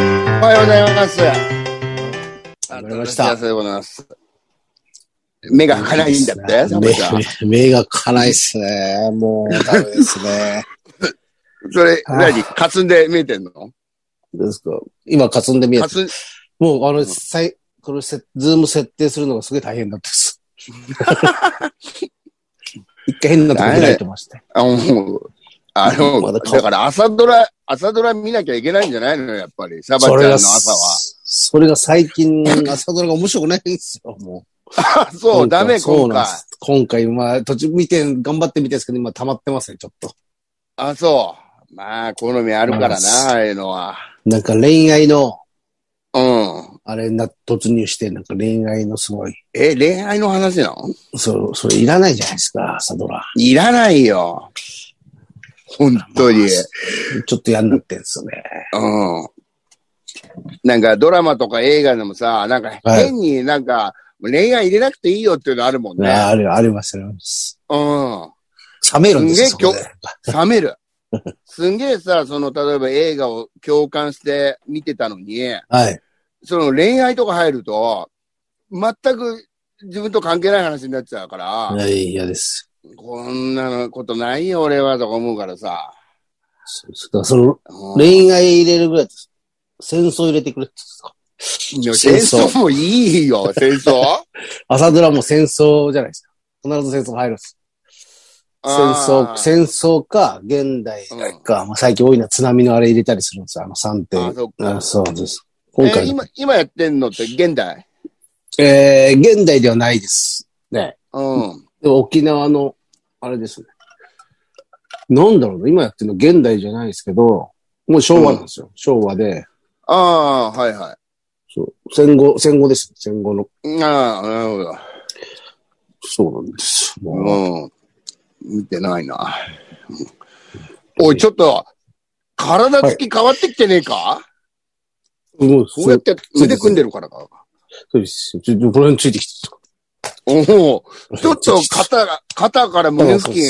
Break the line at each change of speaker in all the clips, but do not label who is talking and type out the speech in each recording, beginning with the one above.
ます。
あ
りました
私はそうでございます。目が開かないんだって、サボ
目
ちゃん。
目が辛いっすね。もう、ダメですね。
それ、
あー
何かすんで見えてんの
どうですか今、かすんで見え
か
て。
すん、
もう、あの、
ん
さいこのせ、ズーム設定するのがすごい大変だった です。一回変なとこ開いてまして。
あ、もう、あの、
まだか
だから朝ドラ、朝ドラ見なきゃいけないんじゃないのやっぱり。サバちゃんの朝は。
それが最近、朝ドラが面白くないんですよ、もう。
あ、そう、
今回
ダメ、
そう
今
なん
回
で。す今回、まあ、途中見て、頑張ってみてですけど、今溜まってますね、ちょっと。
あ、そう。まあ、好みあるから
ま
な、ああいうのは。
なんか恋愛の、
うん。
あれな、突入して、なんか恋愛のすごい、
え、恋愛の話なの
そう、それいらないじゃないですか、朝ドラ。
いらないよ。本当に。
ちょっと嫌になってんすよね。
うん。なんかドラマとか映画でもさ、なんか
はい
変になんか恋愛入れなくていいよっていうのあるもんね。
あある、あります、あります。
うん。
冷めるんです
す
よ、
げえ
そこで
冷める。すんげえさ、その、例えば映画を共感して見てたのに、
はい。
その恋愛とか入ると、全く自分と関係ない話になっちゃうから、
いや嫌です。
こんなのことないよ、俺は、とか思うからさ。
そうそうだからその、
うん
恋愛入れるぐらいです。戦争入れてくれって言うんですか。
いや戦争もいいよ、戦 争
朝ドラも戦争じゃないですか。必ず戦争が入るんです。戦
あ
争、
ー
戦争か、現代か、まあ最近多いのは津波のあれ入れたりするんですよ、あの3
あ、
点。
そっ
あ
か。
そうです。今
え
回の、
今、今やってんのって現代
えー現代ではないです。ね。
うん。
でも沖縄の、あれですね。なんだろうな、今やってるの現代じゃないですけど、もう昭和なんですよ。昭和で、
ああー、はいは
そう、戦後、戦後です。戦後の。
い。ああ、なるほど。
そうなんですよ。もう
うん。見てないな。おい、ちょっと、体つき変わってきてねえか、
もう、
そうや
そ
っ
う
て腕組んでるからか。
そうです。ちょっとこの辺ついてきて。
おおちょっと肩が、肩から胸付近、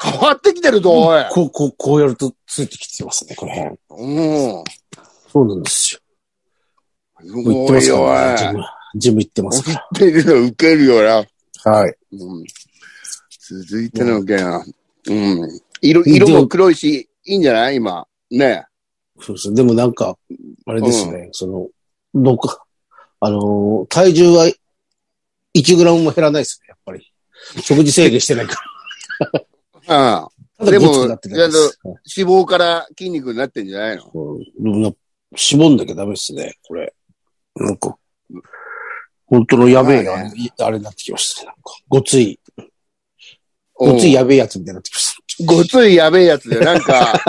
変わってきてるぞ、おい。
こう、こう、こうやるとついてきてますね、この辺。
うん。
そうなんですよ。
す
行って
ご
ま
い
す
よ、お
から、
い
ね、ジム。ジム行ってますか
受けるよ、受けるよな。
ら。はい。
うん、続いての件な。うん。色、色も黒いし、いいんじゃない今。ね
そうですね。でもなんか、あれですね、その、どうか、あのー体重は1グラムも減らないですね、やっぱり。食事制限してないから。
うん。
ただ
でも
ゴツくなってないです。はい
脂肪から筋肉になってんじゃないの
うんでもな絞んなきゃダメですね、これ。なんか、本当のやべえ、
まあ
あ
ね
れいあれになってきましたね。なんかごつい、ごついやべえやつみたいになってきまし
ごついやべえやつで、なん か、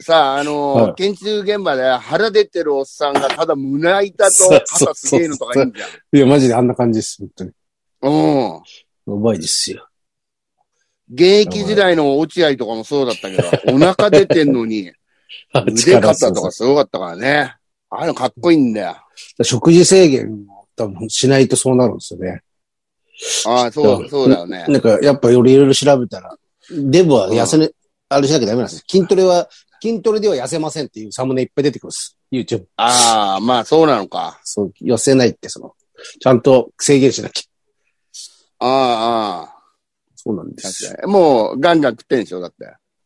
さあ、あの、
はい
建築現場で腹出てるおっさんがただ胸板と
そうそう
肩すげえのとかいいんじゃん。
た。いや、マジであんな感じです、本当に。
うん。
やばいですよ。
現役時代の落合とかもそうだっ たけど、お腹出てんのに、腕
力
肩
強
と
さ
かすごかったからね。ああいうのかっこいいんだよ。
食事制限を多分しないとそうなるんですよね。
ああ、そう、そうだよね。
なんか、やっぱよりいろいろ調べたら、デブは痩せね、あれしなきゃダメなんです。筋トレは、筋トレでは痩せませんっていうサムネいっぱい出てくるんです。YouTube。
ああ、まあそうなのか。
そう、痩せないって、その、ちゃんと制限しなきゃ。
ああ、ああ
そうなんで
確
す。
かに。もうガンガン食ってんでしょ、だって。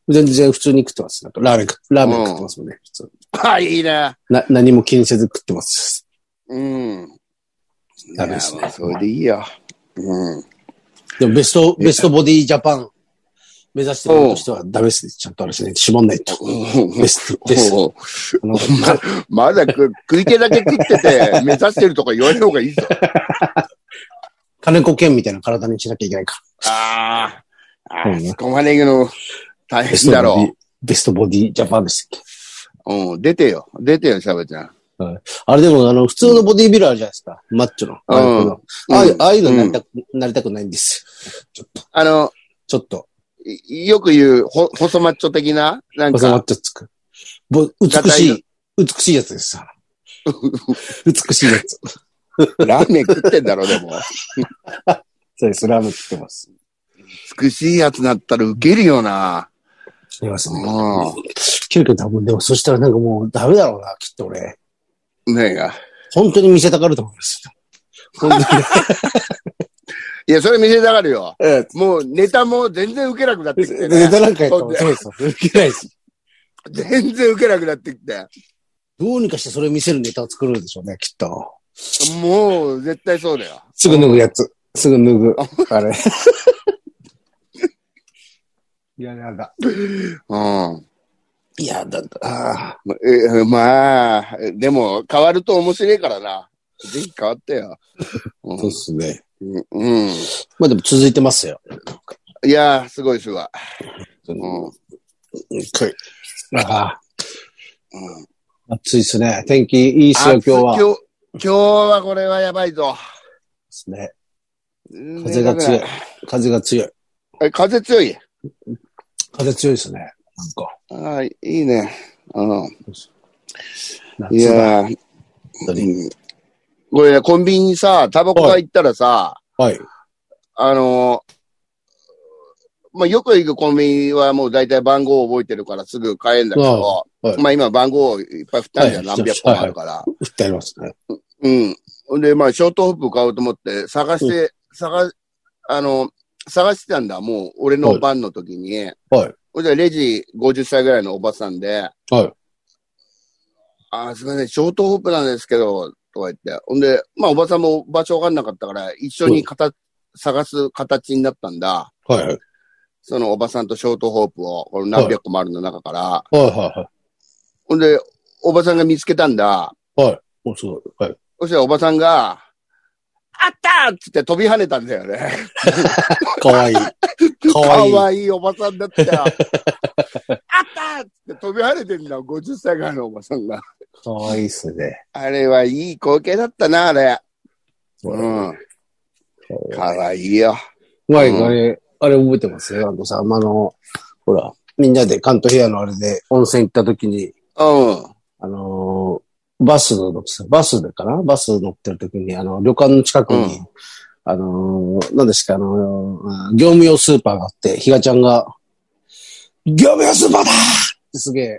全然普通に食ってます。なんかラーメン食、ラーメン食ってますもんね。普通
ああ、いいね。
な、何も気にせず食ってます。
うん。
ダメですね
いやまあそれでいいよ。うん。
でもベスト、ベストボディジャパン目指してる人としてはダメですね。ちゃんとあれしないと絞んないと。ベスト、ベスト。
おうまだく食い手だけ食ってて、目指してるとか言われる方がいいぞ。
金子健みたいな体にしなきゃいけないか
ああ、あ
う
あ
ん
そこまで行くの大
ら。ベ
変だろ
ベストボディジャパンでしたっけ
う。うん、出てよ。出てよ、シャベちゃん。
あれでも、あの、普通のボディビルあるじゃないですか。マッチョの。
うん
ああいうのああいう
うん
ああいうのになりたく、なりたくないんです
あの、
よ。ちょっと、
いよく言う、ほ、細マッチョ的ななん
細マッ
か、
チョつく。ぼ美しい、美しいやつ です。美しいやつ。
ラーメン食ってんだろ、でも。
そうです。ラーメン食ってます。
美しいやつだったらウケるよな。
すみません。
うん
急遽多分、でもそしたらなんかもうダメだろうな、きっと俺。
何が。
本当に見せたがると思い ます。本当に。
いや、それ見せたがるよ。
ええ
もうネタも全然受けなくなってき
ネ
てね。
タなんかやったら、そうですよ。受けないです。
全然受けなくなってきて。
どうにかしてそれ見せるネタを作るんでしょうね、きっと。
もう絶対そうだよ。
すぐ脱ぐやつ。すぐ脱ぐ。あれ。 いや、やだ。
うん。
いや、だ、ああ。
まえまあ、でも変わると面白いからな。ぜひ変わってよ。うん
そうですね。
うん。
まあでも続いてますよ。
いやー、すごいすごい。
うん
うん。
はい。ああ。
うん
暑いですね。天気いいっすよ、今日は。
あ
で
今日今日はこれはやばいぞ。
すね。風が強い。風が強い。
い。風強い。
風強いですね。なんか。
ああ、いいね。うん。い
夏だ
やー、
本当に。
うんこれ、コンビニにさ、タバコが行ったらさ、
はい。
あのーまあ、よく行くコンビニはもう大体番号を覚えてるからすぐ買えんだけど、
ああはい
まあ今番号をいっぱい振ったんじゃん、
はい
何百本あるから。
振ってありますね。
うん。ほんで、まあ、ショートホップ買おうと思って、探して、探、あの、探してたんだ、もう、俺の番の時に。
はい。
ほんで、レジ50歳ぐらいのおばさんで、
はい。
あー、すみません、ショートホップなんですけど、とか言って。ほんで、まあ、おばさんも場所わかんなかったから、一緒にかた、探す形になったんだ。
はい。はい。
そのおばさんとショートホープを、この何百個もあるの中から。
はい。は
ほんで、おばさんが見つけたんだ。
い。はい。お、すごい。はい。
そしたらおばさんが、あったーっつって飛び跳ねたんだよね。
か わいい。 か
か
わいい
わいいおばさんだった よ。あったーっつって飛び跳ねてんだよ、50歳ぐらいのおばさんが。
かわいいっすね。
あれはいい光景だったな、あれ。
うん。
ん。かわいいよ。
ワイ
うん
あれ、あれ覚えてますよ。あのさ、あの、ほら、みんなで関東平野のあれで温泉行った時に、
うん。
あのーバスの、バスでかなバス乗ってる時に、あの、旅館の近くに、
うん
あのー何ですか、あのーうん業務用スーパーがあって、ひがちゃんが、業務用スーパーだーってすげ え。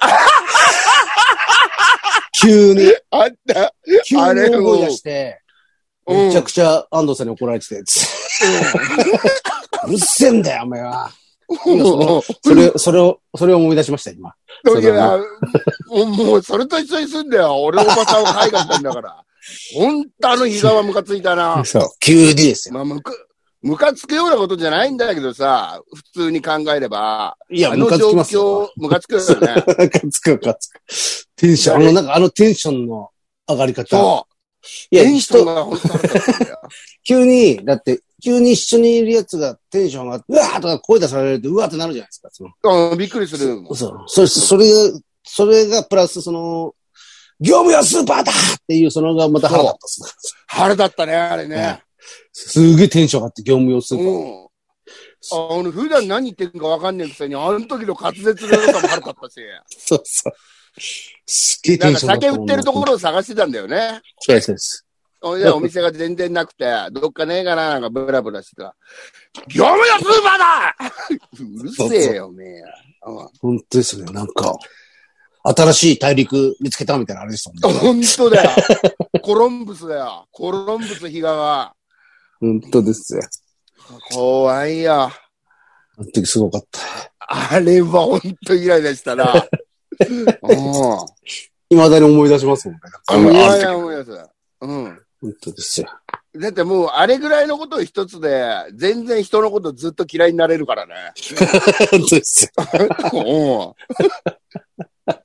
急に、
あった。
急に
あれ
大声出して、
うん
めちゃくちゃ安藤さんに怒られてて、つってうっせんだよ、お前は。
もう、
それ、それを、それを思い出しました、今。
いや、もう、もうそれと一緒にすんだよ。俺のおばさんを可愛かったんだから。ほんとあの膝はムカついたな。
そう。急にですよ。
まあ、むか、むかつくようなことじゃないんだけどさ、普通に考えれば、
いや、
あ
ム
の
カつ
状
きますよ。
況、むかつくよ ね。
ムカつく、ムカつく。テンション、あの、なんかあのテンションの上がり方。
そう。
いや、
テンション
人、
が本当腹立つんだよ。
急に、だって、急に一緒にいるやつがテンション上がって、うわーとか声出されると、うわーってなるじゃないですか。その
うん、びっくりするもん。
そう。それ、それが、それがプラス、その、業務用スーパーだっていう、そのがまた腹立ったっす
腹立ったね、あれね。
すげえテンション上がって、業務用スーパー。
うん。あ俺普段何言ってんかわかんないくせに、あの時の滑舌のとかも腹立っ たし、
そうそう。すげえテ
なん
ン
か
ション上が
酒売ってるところを探してたんだよね。
そうですそうです。
それでお店が全然なくて、どっかねえかな、なんかブラブラしてたら。業務用スーパーだ うるせえよ、おめえや。うん
本当ですね。なんか、新しい大陸見つけたみたいなあれですもんね。
本当だよ。コロンブスだよ。コロンブス比嘉が。
本当ですよ。
怖いよ。
あの時すごかった。
あれは本当イライラし たな。うん。
未だに思い出しますもんね。
あの、いやいや思い出す。うん。
本当ですよ。
だってもう、あれぐらいのことを一つで、全然人のことずっと嫌いになれるからね。
本当ですよ。
うん。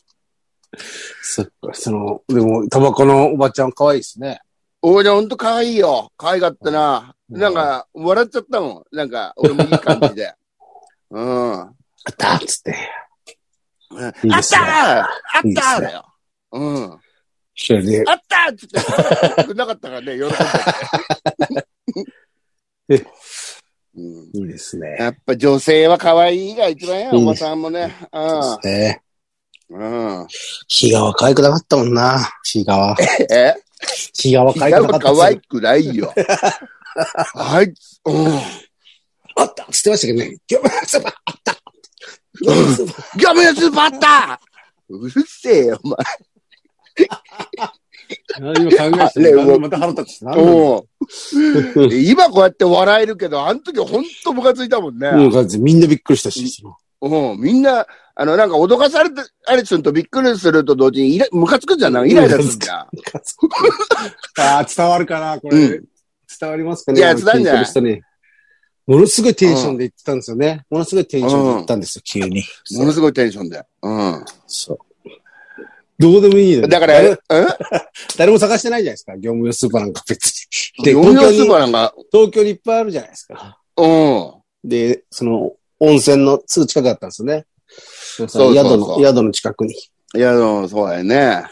そっか、その、でも、タバコのおばちゃん可愛いですね。
俺ほんと可愛いよ。可愛かったな。
うん
なんか、笑っちゃったもん。なんか、俺もいい感じで。うん。あっ
あったっつって。
た
いい
ーあ
で
っ
すね
た
いいですね
ーだよ。うん。
それで、
あったーっつって、なかったからね、喜んでてうん
いいですね。
やっぱ女性は可愛いが一番や、おばさんもね。
そうですね。
うん。うん。
日川可愛くなかったもんな。日川。
え
日川可愛
膝
くなかったっすよ。
は可愛くないよ。はい。うん。
あったっつってましたけどね。業務用スーパーあった業務用スーパー
ガムやスーパーあったうるせえよ、お前。
今考えて
あれ
る。
もう
また腹立つしな。
うんで今こうやって笑えるけど、あの時ほんとムカついたもん ね。
うん、だってみんなびっくりしたし。
うん、みんな、あの、なんか脅かされて、あれするとびっくりすると同時にイラ、ムカつくじゃんないイライラするじゃん。
ああ、伝わるかな、これ。
う
伝わりますかね。
いや伝わんじゃない
聞てる人ねものすごいテンションで言ってたんですよね。ものすごいテンションで言ったんですよ、急に。
ものすごいテンションで。うん。
そう。どうでもいいよね。
だから、
誰
え
も誰も探してないじゃないですか。業務用スーパーなんか別に。で、
業務
東
用
京
スー
に
パーなんか、
東京にいっぱいあるじゃないですか。
う
で、その、温泉のすぐ近くだったんですよね。そう
そうそう
宿の、宿の近くに。
ん。いや、でもそうだよね。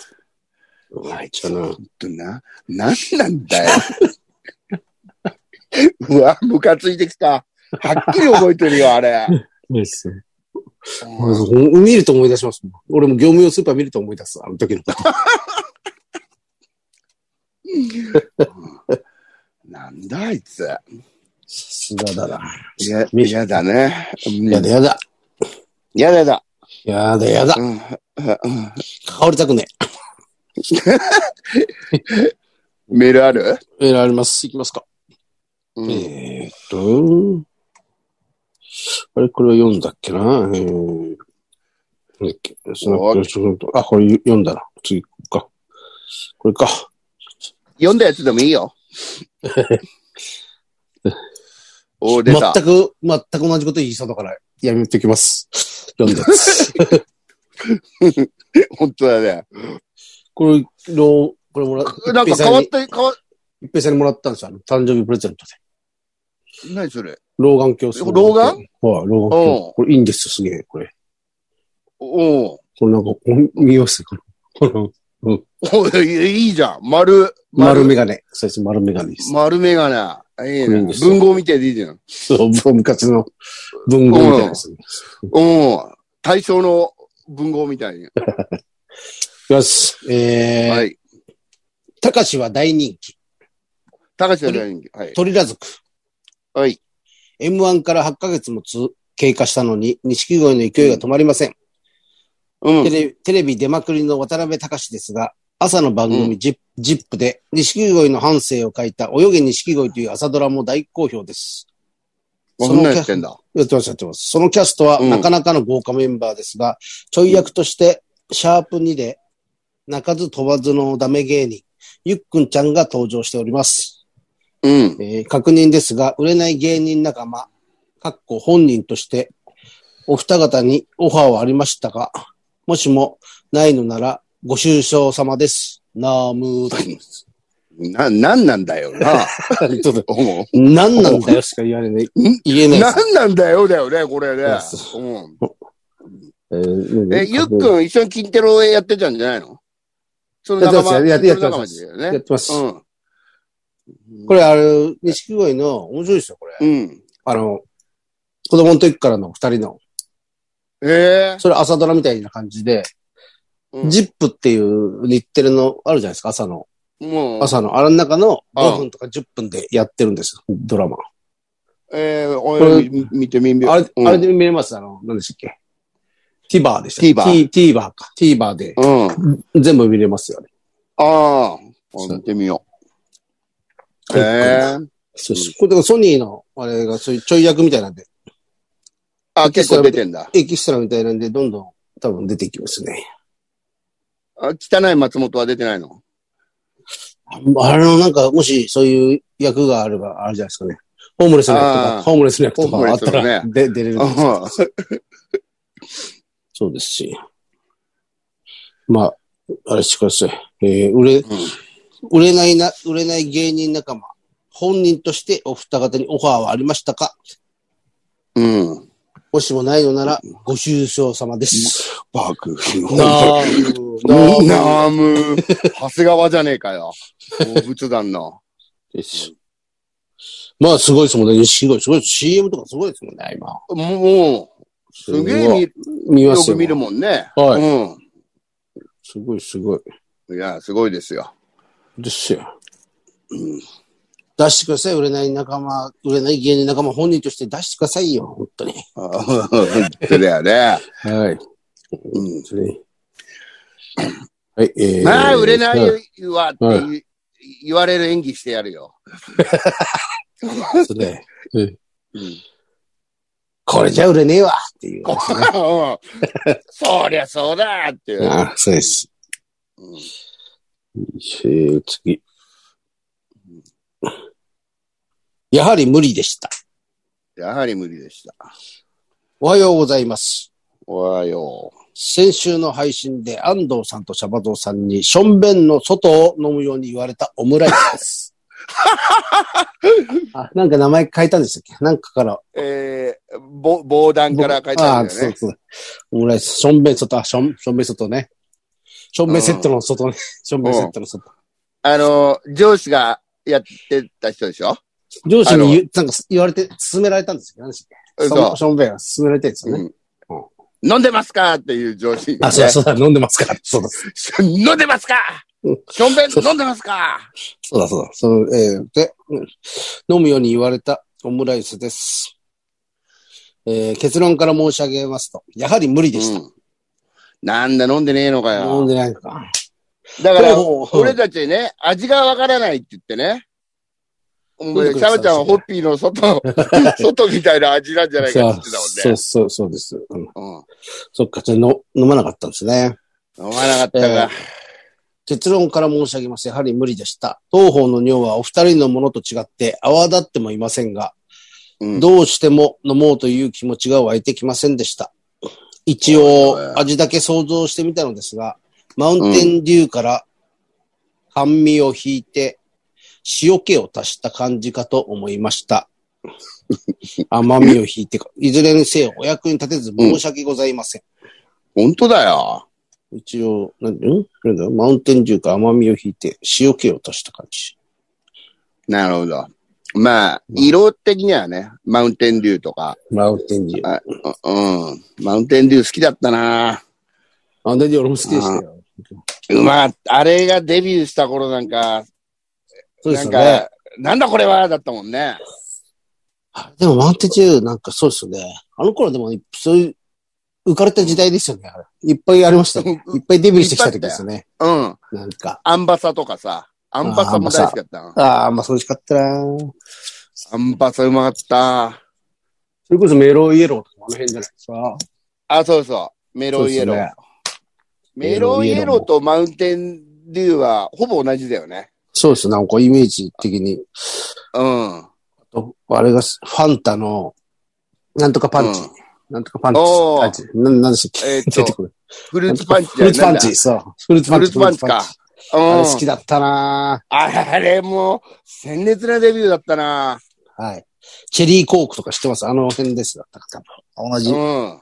はい、ちょっ
とな、なんなんだよ。 うわ、ムカついてきた。はっきり覚えてるよ、あれ。
ですね。
うん
見ると思い出しますもん。俺も業務用スーパー見ると思い出す。あの時のこと。
なんだ、あいつ。
さすがだな。
いや、嫌だね。うん
やだやだ。
やだ、やだ。
やだやだ。
うんうん
変わりたくね
メールある
え。えー、あります。いきますか。
うん
えーっと、あれ、これは読んだっけなえーなんだっけスナップちょっとあ、これ読んだな。次行こうか。これか。
読んだやつでもいい よ。おー、出た。
全く、全く同じこと言いそうだから、やめておきます。読んだや つ。
本当だね。
これ、のこれもら、
なんか変わった、変わ、
一平さんにもらったんですよ。あの誕生日プレゼントで。
何それ
老眼鏡すごい
老眼
はい、老眼
う
鏡
ん。
これいいんですよ、すげえ、これ。
おー
これなんか、お見えますこの、この
おー、いいいいじゃん。丸、
丸メガネ。そうです、丸メガネです。
丸メガネ。いい
これいい
ね
んですよ
文豪みたいでいいじゃん。
そう、文活の文豪みたいなですね。
うん。対象の文豪みたいに。
よし、え
は
ー、
い。
たかしは大人気。
高橋大人気。はい。
鳥ら族。
はい。
M1 から8ヶ月もつ経過したのに、錦鯉の勢いが止まりません。
うん
テ。レテレビ出まくりの渡辺隆ですが、朝の番
う
組ジップ、ジップで、錦鯉の半生を書いた泳げ錦鯉という朝ドラも大好評です。
そんなんやってんだ。
やってます、やってます。そのキャストは
うん
なかなかの豪華メンバーですが、ちょい役として、シャープ2で、泣かず飛ばずのダメ芸人、ゆっくんちゃんが登場しております。
うん。
えー確認ですが、売れない芸人仲間、かっこ本人として、お二方にオファーはありましたが、もしもないのなら、ご愁傷様です。ナームーと言います。
な、なんなんだよな。
ちょっと
うん
何なんだよしか言われない。言えないです。
なんなんだよだよね、これね
そ。
うん
えー
え、ゆっくん一緒に金太郎やってたんじゃないのその仲間、
やってますやってます
その仲間だ
や
よ
っ
ね。
てます。
うん。
これ、あれ、錦鯉の、面白いですよ、これ。
うん。
あの、子供の時からの二人の、
ええ。
それ朝ドラみたいな感じで、
うん
ジップっていう日テレのあるじゃないですか、朝の。
もう、
朝の、あれの中の
ああ
5分とか10分でやってるんですよ、ドラマ。
えー、お
これ
いみ見てみる。
あれ、
うん
あれで見れます、あの、何でしたっけ。TVer でした。
TVer
T- TVer か。TVer で
うん。あ
全部見れますよね。
あ
そう
ー。見てみよう。ええ。
そうそうこれだからソニーの、あれがそういうちょい役みたいなんで、
あ、結構出てんだ。
エキストラみたいなんで、どんどん多分出てきますね。
あ汚い松本は出てないの
あれのなんか、もしそういう役があれば、あれじゃないですかね。ホームレスの役と
あー
か、ホームレスの役とかあった
ホームレ
ら、
ス
で出れる。
う
そうですし。まあ、あれしてください。えー売れ、
ん
売れないな、売れない芸人仲間。本人としてお二方にオファーはありましたか
うん。
もしもないのなら、ご愁傷様です。
爆風。
なあ、なあ、
ナーム。長谷川じゃねえかよ。大仏団の。
です。まあ、すごいですもんね。すごい、すごい。CM とかすごいですもんね、今。
もうもう、すげえ
見
見
ま
よ
す
く
よ。
見るもんね。
はい。
う
すごい、すごい。
ん。いや、すごいですよ。
ですよ。出してください、売れない仲間、売れない芸人仲間本人として出してくださいよ、本当に。
そうだよね。
はい。
うん。
それはい、えー。
まあ、売れな
はい
いわって
は
言言われる演技してやる よ。
ですね。
うん
これじゃ売れねえわっていう。
そりゃそうだっていう。
あそうです。
うん
えー、次。やはり無理でした。
やはり無理でした。
おはようございます。
おはよ
先週の配信で安藤さんとシャバゾウさんに、ションベンの外を飲むように言われたオムライス です。あ、なんか名前変えたんでしたっけなんかから。
う。えー、ぼ防弾から書いてあ
あ
るん
あ、
だよ
そうそ
ね。
う。オムライス、ションベン外、あ、ション、ションベン外ね。ションベンセットの外ね。ションベンセットの外。
あの、上司がやってた人でしょ
上司に言うなんか言われて、勧められたんですよ。何でしたっけショ
嘘
ンションベンは勧められてるんですよね。
うん飲んでますかっていう上司にね。
あ、そうだそうだ、飲んでますから。そうだ、
飲んでますか
うん
ションベン飲んでますか
そうだ、そうだ。そう、えーで、うん飲むように言われたオムライスです。えー結論から申し上げますと、やはり無理でし
うんなんだ飲んでねえのか
た。飲ん
よ。
でないのか。
だから、
ほうほう
俺たちね、味がわからないって言ってね。お
飲ん
前、
でく
シ
だ
ャ
さい
ブちゃんはホッピー の外、外みたいな味なんじゃないかって言ってた
そうそう、そうです。うん
もんね。
そっか、じゃあの飲まなかったんですね。
うん。飲まなかったか。
結論から申し上げます。やはり無理でした。当方の尿はお二人のものと違って泡立ってもいませんが、
うん
どうしても飲もうという気持ちが湧いてきませんでした。一応
おいおい、
味だけ想像してみたのですが、マウンテンデューから甘味を引いて、塩気を足した感じかと思いました。 甘みを引いてか、いずれにせよお役に立てず申し訳ございません。
本当だよ。
一応、なんで、んなんだマウンテンデューから甘みを引いて、塩気を足した感じ。
なるほど。まあ、色的にはね、マウンテンデューとか、
マウンテンデュー。
あうん、マウンテンデュー好きだったな
マウンテンデュー俺も好きでしたよ。
うまあ、あれがデビューした頃なんか、
そうで
な
す
ん
よね
か。、なんだこれはだったもんね。
あでも、マウンテンデューなんかそうですよね。あの頃でも、そういう、浮かれた時代ですよね。あれいっぱいありましたね。
うん
いっぱいデビューしてきた時ですよね。
うん。
なんか。
アンバサとかさ、アンバサも大好きだったな。
ああ、まあ、それしかったな
アンバサうまかった。
それこそメロイエローとかあの辺じゃないですか。
あ、そうそう。メロイエロー。
そうですね
メロイエローとマウンテンデューはほぼ同じだよね。
そうです。なんかイメージ的に。
うん。
とあれがす、ファンタの、なんとかパンチ。
うん
なんとかパンチ。
おー
パンチななんでしたっけ、
えーっ
出
と
てくる。
フルーツパンチ
フルーツパンチ、
じ
そう。フルーツ
ゃ
パン
ないフル
チ。
ーツパンチか。うん
あれ好きだったな
あれも、鮮烈なデビューだったな。
はい。チェリーコークとか知ってますあの辺です。だったか多分同
う
じ。
ん。
当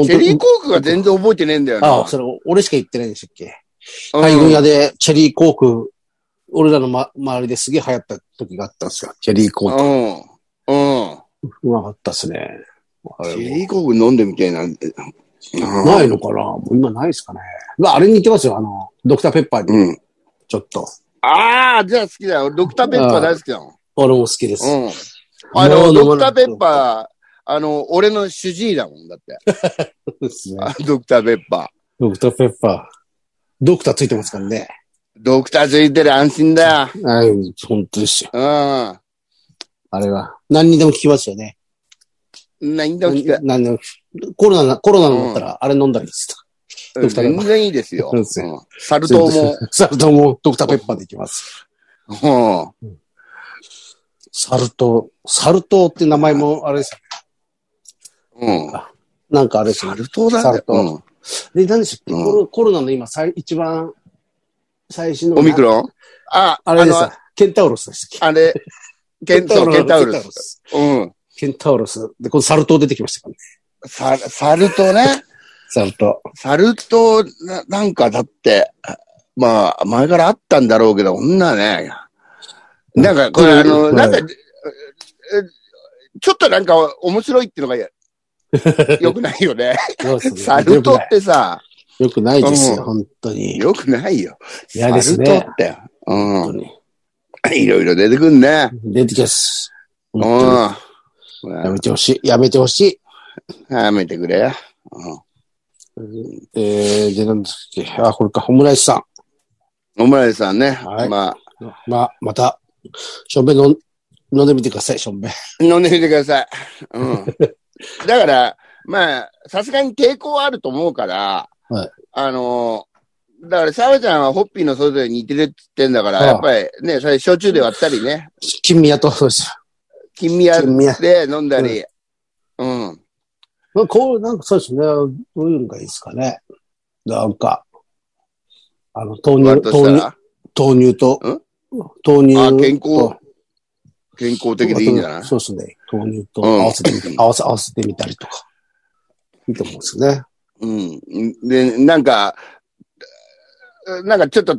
俺、チェリーコークが全然覚えてねえんだよな。
ああ、それ、俺しか言ってないんでしたっけ
うん
海軍屋でチェリーコーク、俺らの、ま、周りですげえ流行った時があったんですよ。チェリーコーク。
うん。うん。
うまかったっすね。あ
チェ
れ
リーコーク飲んでみたいな。うん
ないのかなもう今ないですかね。まあ、あれに似てますよ。あの、ドクターペッパーに、
うん。
ちょっと。
ああ、じゃあ好きだよ。ドクターペッパー大好きだもん。
俺も好きです。
うん。あの、
もう
ド
飲ま
クタ
な
ー
い
ペッパー、あの、俺の主治医だもん、だって。
そうですね
あドクターペッパー。
ドクターペッパー。ドクターついてますからね。
ドクターついてる安心だ
はい、本当ですよ。
よ。
あれは。何にでも効きますよね。
うん。何でも聞く。
何でも効くコロナな、コロナのだったら、あれ飲んだらいいですと。ドクターペッ
全
パー
然いいですよ。
そううんですよ
サル痘
サルトもドクターペッパーでいきます。
も。うん
サルト、サルトって名前もあれですよ。
うん。
なんかあれです
サ
よ。
ル痘だ
サ
ね
ル。痘で、何でしたっけ
うん
コロコロナの今、最一番最新の。
うん。オミク
ン
ロンあ、
あれです
の
よ。ケンタウロスでしたっ
あれ、
け
ケンタケンタウル
ケンタウ
ス。
ロス。
うん。
ケンタウロス。で、このサルト出てきましたからね。
ササル痘ね。
サルト。
サル痘な、なんかだって、まあ、前からあったんだろうけど、女ね。なんか、これ
うん
あの、
はい
なんか、えちょっとなんか面白いっていうのが 良くないよね。
そうですね
サル
よく
痘
ない
ってさ、
よくないです
うん
よ、本当に。
良くないよ。
嫌ですね
サル痘って。う
本
ん。
当に。
いろいろ出てくんね。
出てきます。
う
本
ん
当に。
ほら
やめてほしい。やめてほしい。
やめてくれよ。うん
えー、じゃあ何ですっけ。あ、これか、オムライスさ
オムライスさんね。
はい
まあ、
ん。まあ、また、しょんべん飲ん飲んでみてください、しょんべん。
飲んでみてください。 うん。だから、まあ、さすがに抵抗はあると思うから、
はい
あの、だから、澤ちゃんはホッピーのそれぞれ似てるって言ってんだから、
ああ
やっぱりね、それ焼酎で割ったりね、
金宮と、そうです。
金宮
金宮。
で飲んだり、うん。
まあ、こう、なんかそうですね。どういうのがいいですかね。なんか、あの、豆
割
乳、
るとした
豆乳、豆
ら、
乳と
ん、
豆乳と。
あ健康健康的でいいんじゃない
そうですね。豆乳と
うん
合わせてみた、合わせ、合わせてみたりとか。いいと思うんですよね。
うん。で、なんか、なんかちょっと、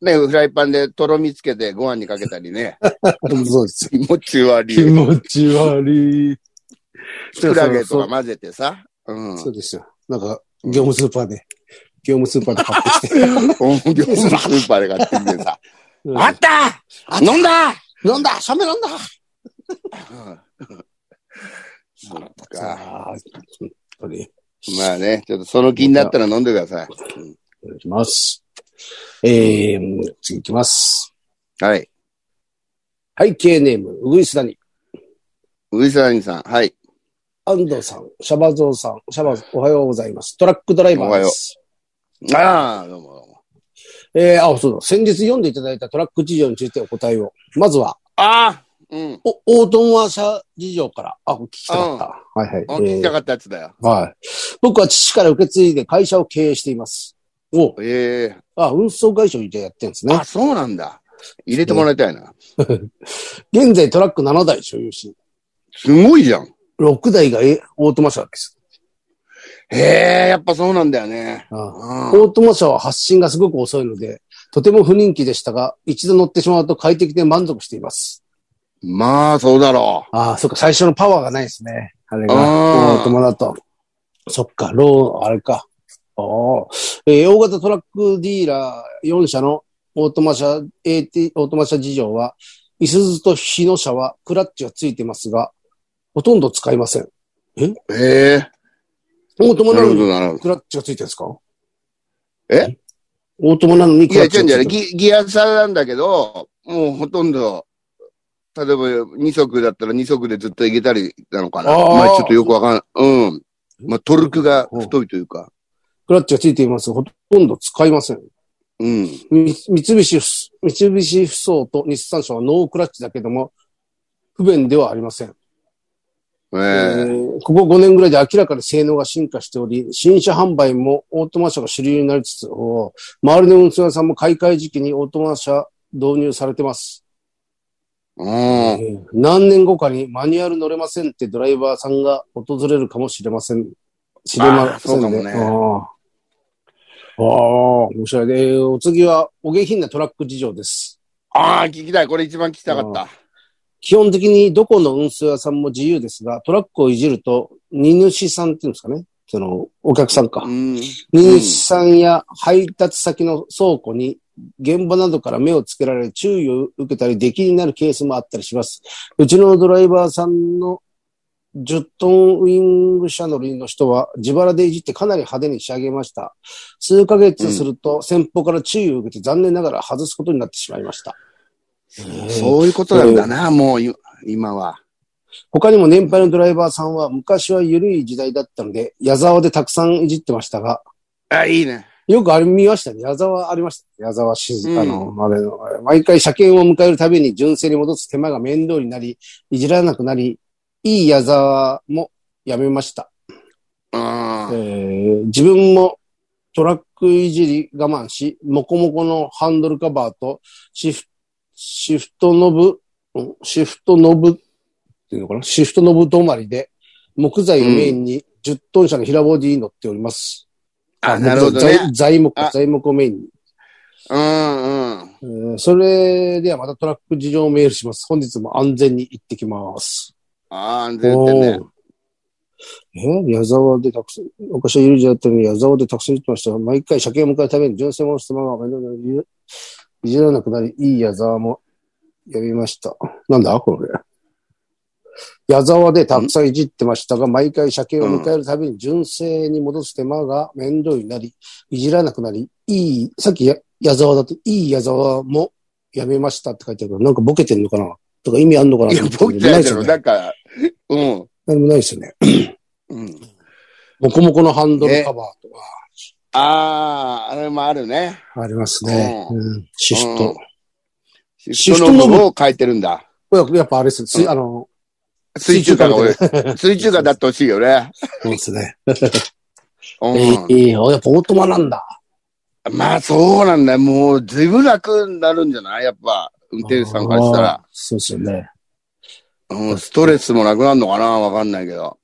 ね、フライパンでとろみつけてご飯にかけたり ね。
そうです。
気持ち悪
気
い。
持ち悪い。
キクラゲ
そ
と
う
か混ぜてさ。うん。
そうですよ。なんか、業務スーパーで、業務スーパーで買ってきて。
業務スーパーで買ってきてさ。あった飲んだ
飲んだシャメ飲んだ
そっ
あ
か。
あ、本当に。
まあね、ちょっとその気になったら飲んでくださ
お願いします。えー、次行きます。
い。はい。
はい、K ネーム、うぐいすだに、
ウイスラニさん。はい。
安藤さん、シャバゾウさん、シャバゾウ、おはようございます。トラックドライバーです。
ああ、どうもどうも。
えー、あ、そうだ、先日読んでいただいたトラック事情についてお答えを。まずは、
ああうん。
お、オートンワ車事情から、あ、聞きたかった。はいはい。
あ聞きた
え
かったやつだよ。
ーはい。僕は父から受け継いで会社を経営しています。お、
ええ
あ、運送会社をやってるんですね
あ、。そうなんだ。入れてもらいたいな。
現在トラック7台所有し、
すごいじゃん。
6台がえオートマ車です。
へえ、やっぱそうなんだよね。
ああ
うん。
オートマ車は発信がすごく遅いので、とても不人気でしたが、一度乗ってしまうと快適で満足しています。
まあ、そうだろ
ああ、そっか、最初のパワーがないですね。あれ
あ
が、
あ
オートマだと。そっか、ロー、あれか。ああ、えー大型トラックディーラー4社のオートマ車、AT、オートマ車事情は、イスズと日野車はクラッチがついてますが、ほとんど使いません。
う。へえ。
オートマ
な
な
る
の
ほど、
に
なるほど。
クラッチがついてるんですか
え
オートマなのに
い
クラ
や、
ッチ
違
が
うん
つい
じゃ
て
な
る
い。。ギギア差なんだけど、もうほとんど、例えば2足だったら2足でずっといけたりなのかな。
あー
まあ、ちょっとよくわかんない。うん。まあ、トルクが太いというか。
クラッチがついていますが、ほとんど使いません。
うん。
み三菱ふす、三菱ふそうと日産車はノークラッチだけども、不便ではありません。
ええ
えーここ5年ぐらいで明らかに性能が進化しており、新車販売もオートマ車が主流になりつつ、おー周りの運送屋さんも買い替え時期にオートマ車導入されてます。
うん。
えー何年後かにマニュアル乗れませんってドライバーさんが訪れるかもしれません。知れません
あーそうかもね
あーあー、面白いね。えーお次は、お下品なトラック事情です。
ああ、聞きたい。これ一番聞きたかった。
基本的にどこの運送屋さんも自由ですが、トラックをいじると、荷主さんっていうんですかね。その、お客さんか
う。ん。
荷主さんや配達先の倉庫に、現場などから目をつけられ、注意を受けたり、出禁になるケースもあったりします。うちのドライバーさんの10トンウィング車乗りの人は自腹でいじってかなり派手に仕上げました。数ヶ月すると先方から注意を受けて残念ながら外すことになってしまいました。
そういうことなんだな、もうい今は。
他にも年配のドライバーさんは昔は緩い時代だったので、矢沢でたくさんいじってましたが、
あ、いいね。
よくあれ見ましたね。矢沢ありました。矢沢しず、
うん
あの、あれの、毎回車検を迎えるたびに純正に戻す手間が面倒になり、いじらなくなり、いい矢沢もやめました。
う
え。
ん
ー自分もトラックいじり我慢し、モコモコのハンドルカバーとシフシフトノブ、んシフトノブっていうのかなシフトノブ止まりで木材をメインに10トン車の平ボディに乗っております。
あ、なるほど
材
ね。
材木
あ、
材木をメインに。
うんうん。
えーそれではまたトラック事情をメールします。本日も安全に行ってきます。
ああ、安全点ね。
おーえ矢沢でたくさん、昔は友人だったのに矢沢でたくさん言ってましたが。毎回車検を迎えるために純正もの質問が面倒なり、いじらなくなり、いい矢沢もやりました。なんだこれ。矢沢でたくさんいじってましたが、毎回車検を迎えるたびに純正に戻す手間が面倒になり、いじらなくなり、いい、さっきや矢沢だと、いい矢沢もやめましたって書いてあるけど、なんかボケてんのかなとか意味あんのかない
や、僕じゃないだろ、
何
だから、うん。
もないですよね。
うん。
モコモコのハンドルカバーとか、
ああ、あれもあるね。
ありますね。うん、シフト。
シフトの部を変えてるんだ。
これはやっぱあれですねすい、あの、
水中華が多い。水中華だってほしいよね。
そうですね。
う
え
ん。
ー、えー、やっぱオートマなんだ。
まあそうなんだよ。もう随分楽になるんじゃないやっぱ、運転手さんからした
あー
ら。。
そうですよね。
うん、ストレスもなくなるのかなわかんないけど。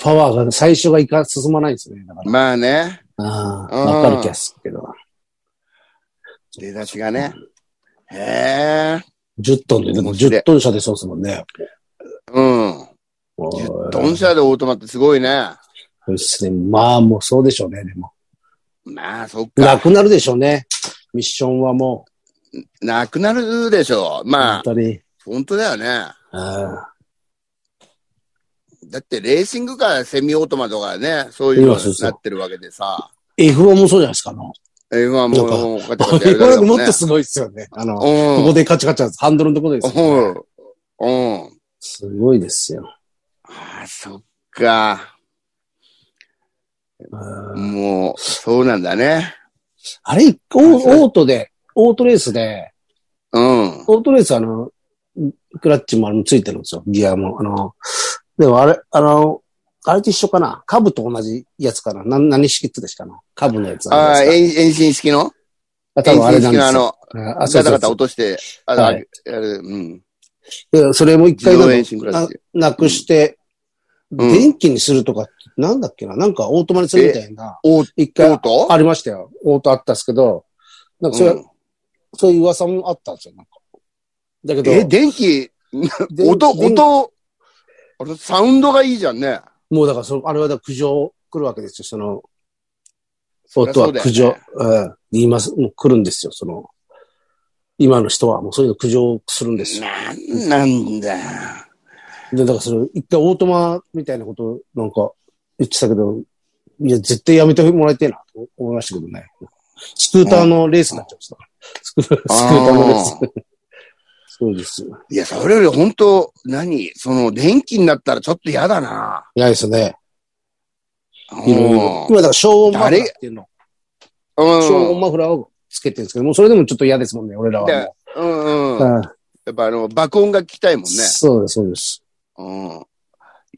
パワーが最初がいか進まないんですね。だから。
まあね、
ああ、
うん
わかる気がするけど。
出だしがね。へえ。
10トンで、でも
面白い
10トン車でそうですもんね。
うん。
10
ドン
車
車でオートマってすごいね。
そうですね。まあもうそうでしょうね。でも。
まあそっ
な
か。
くなるでしょうね。ミッションはも
なくなるでしょう。
う、
まあ、
本当に。
本当だよね。
あ
だってレーシングカー、セミオートマとかね、そういうの
そうそう
に
そう
なってるわけでさ。
F1 もそうじゃないですか。あの、
今はもう、もうこうやってこうやってやるだけ
F1
だも
も
ん
っ
ね
と。すごいですよね。あの、こ
う
こでカチャカチャ、ハンドルのところですよね、
ん。うん。うん。
すごいですよ。
ああ、そっか。
うん
もう、そうなんだね。
あれ、オーオートで、オートレースで、
うん。
オートレースあの、クラッチもあのついてるんですよ。ギアも。あの、でもあれ、あの、あれと一緒かな株と同じやつかななん何式ってですかな株のやつ
ああ、
え、
遠遠心式の
あ多
遠
分あ
心
れなん
式
で
のあ
すよ。
の、
あ
ガ
そう
タ
そ
ガ
う
タ
そ
落
う
として、あ
は
あ
い
る、あるうん。
でそれも一
自
回な
動
んか
遠心クラ
な
ッチ。
なくして、
うん
電気にするとか、なんだっけななんかオートマにするみたいな。
オー
一
オ
回
ート
ありましたよ。オートあったんですけど、なんかそれ、
うん
そういう噂もあったんですよ。なんかだけど、
え、電気、
電
音、
電
音、あれサウンドがいいじゃんね。
もうだからその、あれはだから苦情来るわけですよ、その、
そりゃ
音
そ
は
うだよ
苦
ね
情、うん、言います、もう来るんですよ、その、今の人はもうそういうの苦情するんですよ。
なんなんだよ。
で、だからその、一回オートマみたいなことなんか言ってたけど、いや、絶対やめてもらいたいな、と思いましたけどね。スクーターのレースになっちゃいました。スクースクーターのレー ス。そうですよ。
いや、それより本当、何その、電気になったらちょっと嫌だな。
いやですね。いろいろ。今だから消音マフラーっていうの。
うん。
消音マフラーをつけてるんですけど、もうそれでもちょっと嫌ですもんね、俺らはもう。
でうんうん。
うん
やっぱあの、爆音が聞きたいもんね。
そうです、そうです。
うん。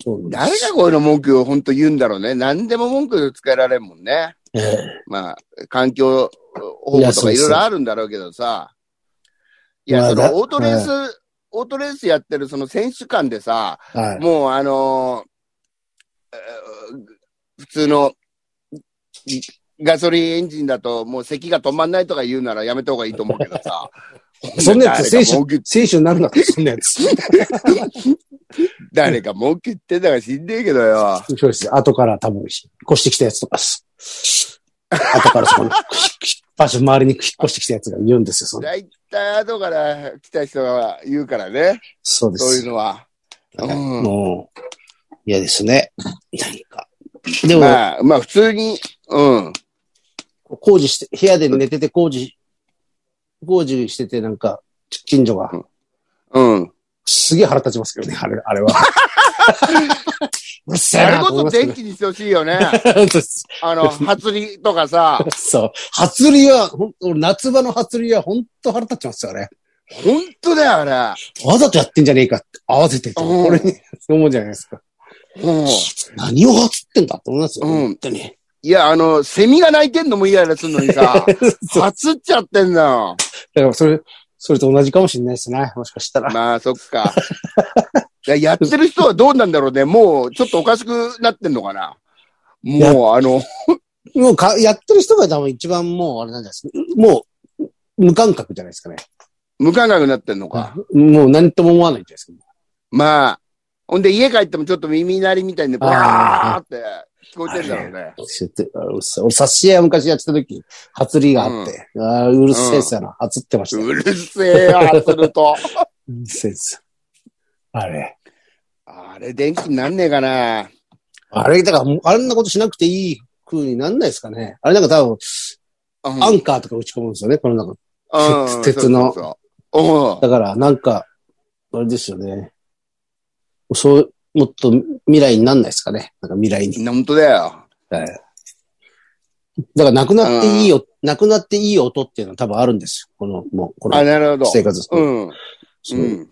そうです
誰がこういうの文句を本当言うんだろうね。何でも文句つけられるもんね。
ええ
まあ、環境保
い
護
や
と
そ
か
う
い
そう
ろいろあるんだろうけどさ。いや、
まあ
そ
だ
のオートレース、オートレースやってるその選手間でさ、
はい。。
もうあのーえー普通のいガソリンエンジンだともう咳が止まんないとか言うならやめた方がいいと思うけどさ
そんなやつ
誰か文句
選手になるなって、そんなや つ。
誰か文句言ってんだから死んねえけ どよ。
そうです。後から多分、引っ越してきたやつとかです。後からそこに、場所周りに引っ越してきたやつが言うんですよ、その
だいたい後から来た人が言うからね。
そうで
そうい
す。
うのは。うん
もう、嫌ですね。何か。でも、
まあ、まあ普通に、うん。
工事して、部屋で寝てて工事、工事しててなんか、近所が、
うん。
すげえ腹立ちますけどね、あれ、あれは。 うるせえ
あれ
な
こと
思い
そ
ますけ
電
ど。
気にしてほし いよね。
本当です
あの、初りとかさ、
そう。初売りは、ほん俺夏場の初売りは本当腹立ちますよね。
ほんとだよ、あ
わざとやってんじゃねえかって、合わせてと、
うん
俺に思うじゃないですか。
れ。うん。
何を張ってんだと思いますよ。
うん
本当に。
いや、あの、セミが鳴いてんのもイライラするの にさ、初っちゃってんだよ。
だからそれ、それと同じかもしれないですね。もしかしたら。
まあ、そっ か。いややってる人はどうなんだろうね。もう、ちょっとおかしくなってんのかな。もう、あの、
もうか、やってる人が多分一番もうあれなんじゃないですか。もう、無感覚じゃないですかね。
無感覚になってんのか。
もう何とも思わないんじゃないで
まあ、ほんで家帰ってもちょっと耳鳴りみたいにバーって聞こえてんだろうね。
すか。あうるせえ俺、冊子屋昔やってた時、初売りがあって、あーうるせえっすよな。初ってましたよ。
うるせえよ、すると。
うるせえっす。あれ。
あれ、電気になんねえかな。
あれ、だからもう、あんなことしなくていい風になんないですかね。あれなんか多分、
うん
アンカーとか打ち込むんですよね、この中。
うん
鉄鉄の
そうそうそう
だから、なんか、あれですよね。そう、もっと未来になんないですかね。なんか未来
う
に。
ん。本当だよ。
はい。だから、なくなっていいよ、なくなっていい音っていうのは多分あるんですよ。この、もう、こ
あ、
の
なるほど。
生活。
うん。う。
そうん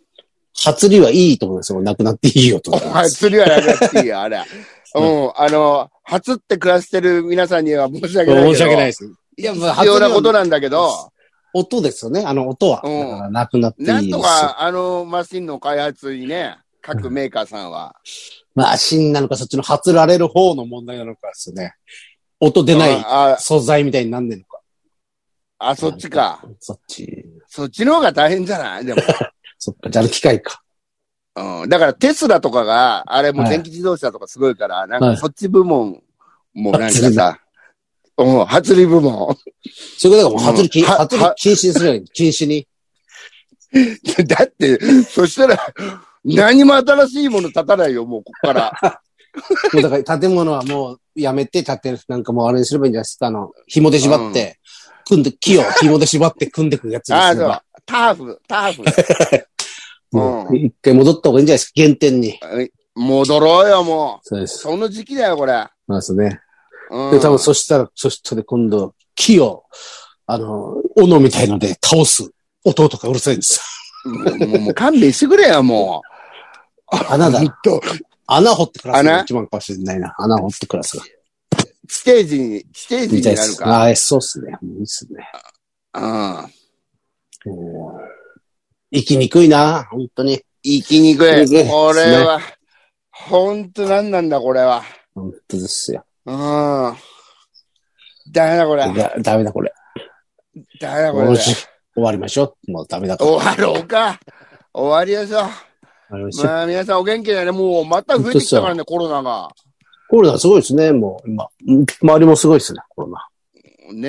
初りはいいと思いますよ。なくなっていいよと思いま
はい、
す。
釣りはなくなっていいよ、あれ。う
うん
ん。あの、初って暮らしてる皆さんには申し訳ないけど。
申し訳ない
い。
です。いや、まあ、
必要なこと
な
なんだけど、
音ですよね。あの音は。
うん
だから、なくなっていい
な
で
ん
す
と
よ。
か、あの、マシンの開発にね、各メーカーさんは。
まあ、芯なのか、そっちの発られる方の問題なのかですよね。音出ない
あ、あ
素材みたいになんねんのか。
あ、そっちか。
そっち。
そっちの方が大変じゃない でも。
そっか、じゃあ機械か。
うん。だからテスラとかが、あれもう電気自動車とかすごいから、なん
は
か
い
そっち部門もなんか
初売り
さ、うん、初売り部門。
そういうことだから、もう、
うん
発力、
は
発力
は
禁止にするように、禁止に。
だって、そしたら、何も新しいもの立たないよ、もうここから。
もうだから、建物はもう、やめて建てる。なんかもう、あれにすればいいんじゃないですか。あの、紐で縛って、組んで、木を紐で縛って組んでくるやつに
ああ、
すれ
そう
ば。。
ターフ、ターフ。
も
う
う、一回戻った方がいいんじゃないですか、原点に。
戻ろうよ、も
そうです
う。。その時期だよ、これ。
そうですね。
うん。
で、多分そしたら、そしたら今度、木を、あの、斧みたいので倒す音とかうるさいんです
もうもうもう勘弁してくれよ、も
よ。穴だ
う。。と、
穴掘って暮らすのが
穴
一番かもしれないな。穴掘って暮らすが。
ステージに、ステージ
み
に
たい
な
で
る
す。
か。
ああ、そうっすね。もういいっすね。
うん。
もう生きにくいな、本当に。
生きにく
生
い。
きにくい
これは、ほんと何なんだ、これは。
本当ですよ。
うん。ダメだ、これ。
だダメだ、これ。
ダメだ、こ
も
れ
う。終わりましょう。もうダメだから。
終わろうか。終わりでしょ。
終わりましょう。
まあ、皆さんお元気でね、もうまた増えてきたからね、コロナが。
コロナすごいですね、もう今。うん周りもすごいですね、コロナ。
ね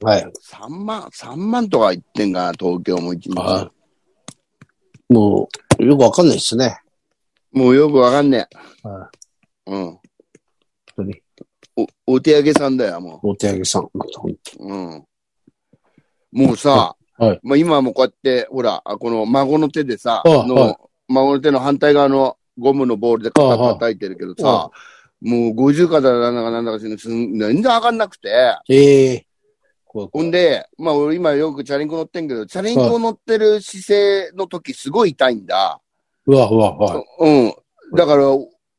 え。
はい。
3万、三万とか言ってんかな、東京も一日。
はい。もう、よくわかんないですね。
もうよくわかんね
は
え。うん。
い。本当に。
お、お手上げさんだよ、も
お手上げさん。また本
う。うん。もうさ、
はい
まあ今はもうこうやって、ほら、あこの孫の手でさ、
あ
の
はい
孫の手の反対側のゴムのボールで
あ
肩
はい
叩いてるけど
当
さ、もう50肩だなんだかなんだかしない、すん全然上がんなくて。
ええ怖い
ほ
怖い
んで、まあ俺今よくチャリンコ乗ってんけど、チャリンコ乗ってる姿勢の時すごい痛いんだ。
うわうわうわ。
うん。だから、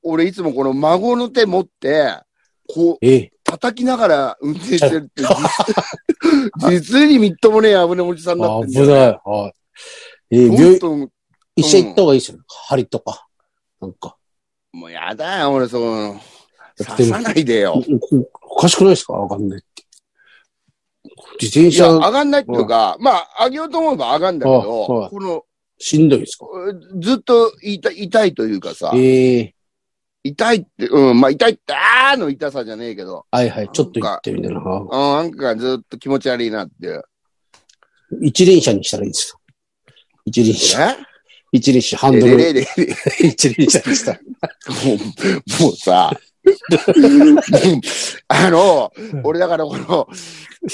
俺いつもこの孫の手持って、こう、
ええ
叩きながら運転してるって、実 実にみっともねえ危ねえおじさんだってん
危
だよ。
ない。はい。ええ病
ほん
院、
と
医者行った方がいいですよ。針とか。なんか。
もうやだよ、俺、そ
や
の、
って
刺
み
さないでよ。
おかしくないですか上がんないって。自転
いや、
車
上がんないっていうか、まあ、上げようと思えば上がんだけど、
あはい
この、
しんどいですか
ずっと痛い痛いというかさ、
ええ
痛いって、うん、まあ痛いって、あーの痛さじゃねえけど、
はいはい。ちょっと行ってみたいな。
うん、なんかずっと気持ち悪いなっていう。
一輪車にしたらいいですよ。一輪車。
え
一輪車。ハン
で
ド
で
ル。
ででで
一輪車にしたら。
もう、もうさ、もうあの、俺だからこの、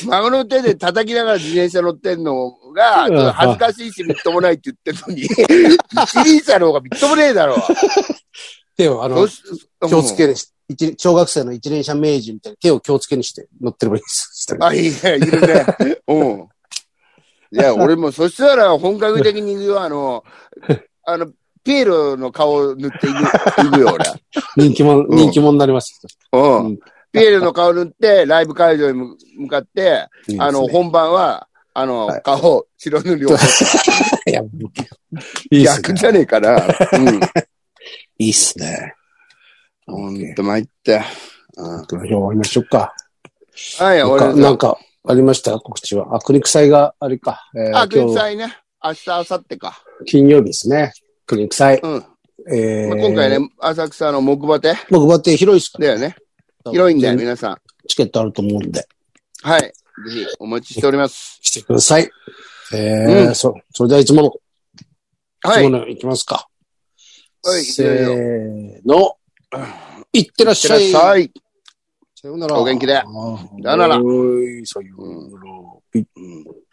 孫の手で叩きながら自転車乗ってんのが、ちょっと恥ずかしいし、みっともないって言ってんのに、一輪車の方がみっともねえだろ。
手を、あ
ど
の
う、し
気をつけにし、一小学生の一輪車明治みたいに手を気をつけにして乗ってればいいです。下に
あ、いいね、いるね。うん。いや、俺も、そしたら本格的に行くよ、あの、あの、ピエロの顔を塗っていく行くよ、俺。
人気者、
うん
人気者になります。
うん。
うん
ピエロの顔塗って、ライブ会場に向向かって、あの、本番は、あの、
は
顔を白塗りを。
いや、いいっす
逆
ね。
じゃねえ かな。うん。
いいっすね。
ほ
本
んと参った。うん
当に終わりましょうか。
はい、
なんか、
俺
なん
の、
かありました告知は。あ、国臭いがあれか。えー
あ、国
今日、
際ね。明日、明後日か。
金曜日ですね。国臭い。
うん。
え
ま
ー
あ今回。ね、浅草の木馬亭
僕バッテリー広いっすか
だよ
ら。
ね。広いんだよ、
全然
皆さん。
チケットあると思うんで、
はい。ぜひ、お待ちしております。
来てください。えー
うん
そ、それではいつもの、いつも
はい。
の行きますか。
はい、いいよいい
せ
よ
ーの。いってらっしゃい。
いってらっしゃい。
さようなら。
お元気で
あー
よな
お
ら
ーいさようなら。うん